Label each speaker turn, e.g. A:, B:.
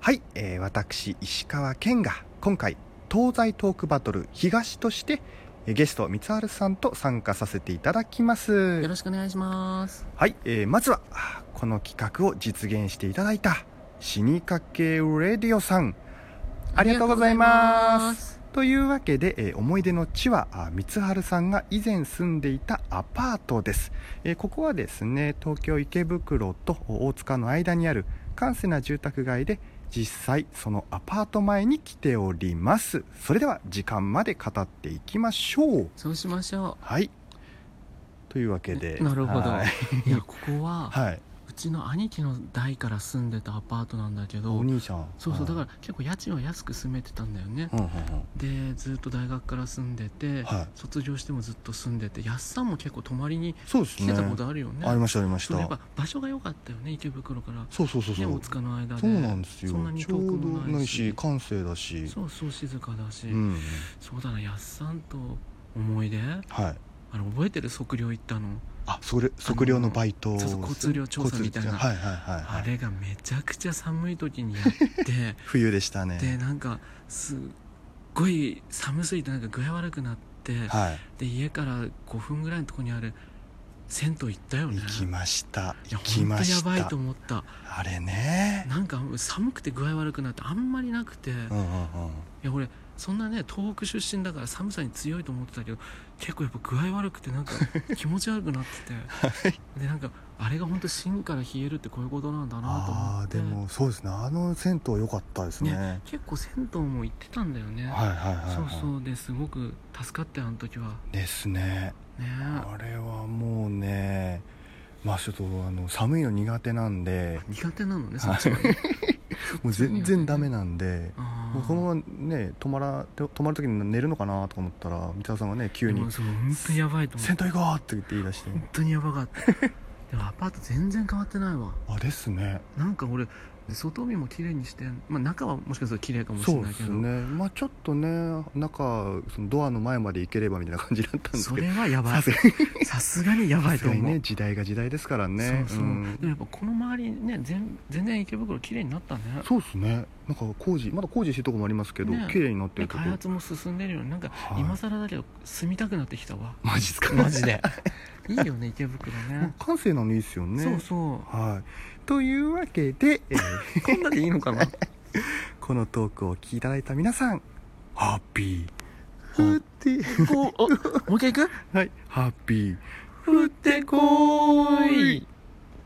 A: はい、えー私石川健が今回東西トークバトル東としてえーゲスト三春さんと参加させていただきます
B: よろしくお願いします。
A: はい、えーまずはあこの企画を実現していただいた死にかけレディオさんありがとうございます
B: す。
A: というわけで、えー思い出の地はあ光晴さんが以前住んでいたアパートです、えーここはですね東京池袋と大塚の間にある閑静な住宅街で実際そのアパート前に来ておりますそれでは時間まで語っていきましょう
B: そうしましょ
A: はいというわけで
B: う。なるほど
A: はい、。
B: いや、ここは、
A: はいう
B: ちの兄貴の代から住んでたアパートなんだけ
A: お
B: ど、
A: 兄さん
B: そうそう、だから
A: ら
B: 結構家賃は安く住めてたんだよね。
A: うんうんうん
B: で、ずっと大学から住んでて、
A: はい
B: 卒業してもずっと住んでて、やっさんも結構泊まりに
A: そうです
B: 来
A: ね
B: てたことあるよね。
A: ありましたありまし
B: そう
A: た
B: やっぱ場所が良かったよね、池袋から。
A: そうそうそうそ
B: ね、
A: う、
B: 大塚の間で。
A: そうなんですよ
B: そんなに
A: ち
B: 遠
A: ょ
B: く
A: うど
B: も
A: ないし閑静だし
B: そうそう静かだし、
A: うん、
B: そうだなやっさんと思い出あ
A: はい
B: れ覚えてる測量行ったの
A: あそれ測量のバイト
B: そうそう交通量調査みたいな
A: 交通はいはいはいはい、
B: あれがめちゃくちゃ寒い時に やっ
A: 冬でしたね
B: てでなんかすっごい寒すぎてなんか具合悪くなって、
A: はい
B: で家から5分ぐらいのとこにある銭湯行ったよね
A: 行きました
B: い
A: 行
B: や
A: き
B: 本
A: ま
B: 当や
A: した
B: ばいと思った
A: あれね
B: なんか寒くて具合悪くなってあんまりなくて、
A: うん
B: い
A: うんうん
B: や俺そんなね東北出身だから寒さに強いと思ってたけど結構やっぱ具合悪くて なんか気持ち悪くなっててでなんかあれが本当芯から冷えるってこういうことなんだなと思
A: あ
B: っ
A: あ
B: て
A: でもそうですねあの銭湯良かったですね
B: ね結構銭湯も行ってたんだよね、
A: はいはいはい、はい、
B: そうそうですごく助かってあの時は
A: ですね
B: ね
A: あれはもうねまあちょっとあの寒いの苦手なんで
B: 苦手なのねそ
A: は
B: っ
A: い
B: ちはね
A: もう全然ダメなんで
B: あ
A: もう
B: ー
A: このままね泊まら泊まる時に寝るのかなとか思ったら三沢さんがね急
B: で
A: に
B: もそう本当にやば
A: 「
B: いと思っ
A: 銭
B: て
A: 湯行こう!」って言って言い出して
B: 本当にやばかったでもアパート全然変わってないわ
A: あですね
B: なんか俺外見も綺麗にしてまあ中はもしかすると綺麗かもしれ
A: そう
B: な
A: で
B: いけ
A: す
B: ど
A: ねまあちょっとね中そのドアの前まで行ければみたいな感じだったんです
B: そ
A: け
B: れ
A: ど
B: はやば
A: さ
B: い
A: すがに
B: さすがにやば
A: さ
B: い
A: す
B: と
A: が
B: 思う
A: にね時代が時代ですからね
B: そうそう、
A: ん
B: でもやっぱこの周りね全全然池袋綺麗になったね
A: そうですねなんか工事まだ工事してるとこもありますけど
B: ね
A: 綺麗になって
B: で
A: るとこ
B: 開発も進んでるよねなんか
A: はい
B: 今更だけど住みたくなってきたわ
A: マジですか
B: マジ でいいよね池袋
A: もう
B: ね
A: 感性なのいいですよね
B: そうそう
A: はいというわけで、え ー
B: こんなでいいのかな
A: このトークをお聞きいただいた皆さんハッピーふって
B: おおもう一回行く
A: はいハッピー
B: 降ってこーい